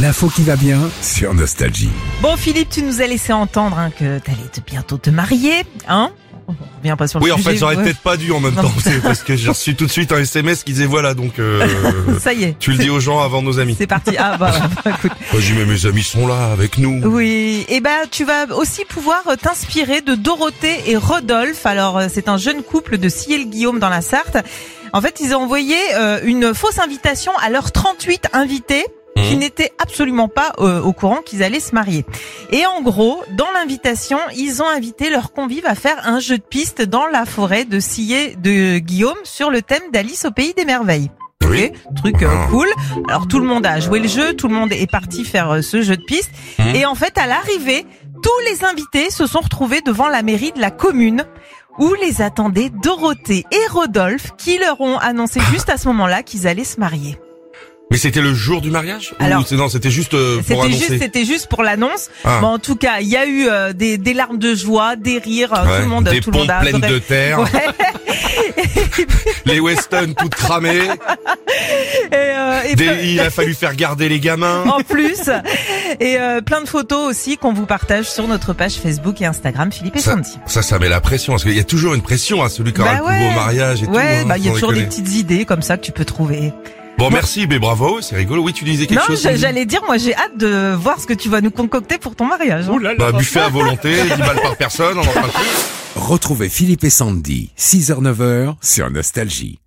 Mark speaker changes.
Speaker 1: L'info qui va bien sur Nostalgie.
Speaker 2: Bon Philippe, tu nous as laissé entendre hein, que t'allais te- bientôt te marier, hein On revient pas sur le
Speaker 3: Oui, en
Speaker 2: sujet,
Speaker 3: fait, j'aurais
Speaker 2: ouais.
Speaker 3: peut-être pas dû en même
Speaker 2: Non.
Speaker 3: temps, c'est parce que j'ai reçu tout de suite un SMS qui disait voilà, donc euh,
Speaker 2: Ça y est.
Speaker 3: tu le dis aux gens avant nos amis.
Speaker 2: C'est parti. Ah bah, bah, écoute.
Speaker 3: Moi, j'ai dit, mais mes amis sont là avec nous.
Speaker 2: Oui, et bah tu vas aussi pouvoir euh, t'inspirer de Dorothée et Rodolphe. Alors euh, c'est un jeune couple de Ciel-Guillaume dans la Sarthe. En fait, ils ont envoyé euh, une fausse invitation à leurs 38 invités qui
Speaker 3: Mhm.
Speaker 2: n'étaient absolument pas euh, au courant qu'ils allaient se marier. Et en gros, dans l'invitation, ils ont invité leurs convives à faire un jeu de piste dans la forêt de Sillé de Guillaume sur le thème d'Alice au pays des merveilles.
Speaker 3: Oui.
Speaker 2: Ok, truc euh,
Speaker 3: Ah.
Speaker 2: cool. Alors tout le monde a joué le jeu, tout le monde est parti faire euh, ce jeu de piste.
Speaker 3: Mhm.
Speaker 2: Et en fait, à l'arrivée, tous les invités se sont retrouvés devant la mairie de la commune où les attendaient Dorothée et Rodolphe qui leur ont annoncé juste à ce moment-là qu'ils allaient se marier.
Speaker 3: Mais c'était le jour du mariage Ou
Speaker 2: Alors-
Speaker 3: c'est- non, c'était juste euh, pour
Speaker 2: C'était
Speaker 3: annoncer.
Speaker 2: juste, c'était juste pour l'annonce.
Speaker 3: Ah.
Speaker 2: Bon, en tout cas, il y a eu euh, des, des larmes de joie, des rires, euh,
Speaker 3: Ouais,
Speaker 2: tout le monde,
Speaker 3: des
Speaker 2: tout le monde
Speaker 3: pompes
Speaker 2: a
Speaker 3: pleines
Speaker 2: adoré.
Speaker 3: de terre,
Speaker 2: Ouais.
Speaker 3: les Weston toutes cramées,
Speaker 2: Et, euh, et plein-
Speaker 3: des- il a fallu faire garder les gamins.
Speaker 2: en plus, et euh, plein de photos aussi qu'on vous partage sur notre page Facebook et Instagram Philippe et Sandy.
Speaker 3: Ça, ça met la pression, parce qu'il y a toujours une pression à celui qui aura
Speaker 2: Bah
Speaker 3: le
Speaker 2: ouais.
Speaker 3: plus beau mariage et tout.
Speaker 2: Ouais,
Speaker 3: hein,
Speaker 2: bah il y a
Speaker 3: sans
Speaker 2: toujours des
Speaker 3: déconner.
Speaker 2: petites idées comme ça que tu peux trouver.
Speaker 3: Bon, merci, mais bravo, c'est rigolo. Oui, tu disais quelque
Speaker 2: Non,
Speaker 3: chose
Speaker 2: j'a-
Speaker 3: Cindy
Speaker 2: j'allais dire, moi j'ai hâte de voir ce que tu vas nous concocter pour ton mariage. hein.
Speaker 3: Bah, buffet à volonté, 10 balles par personne, on en parle plus.
Speaker 1: Retrouvez Philippe et Sandy, 6h-9h sur Nostalgie.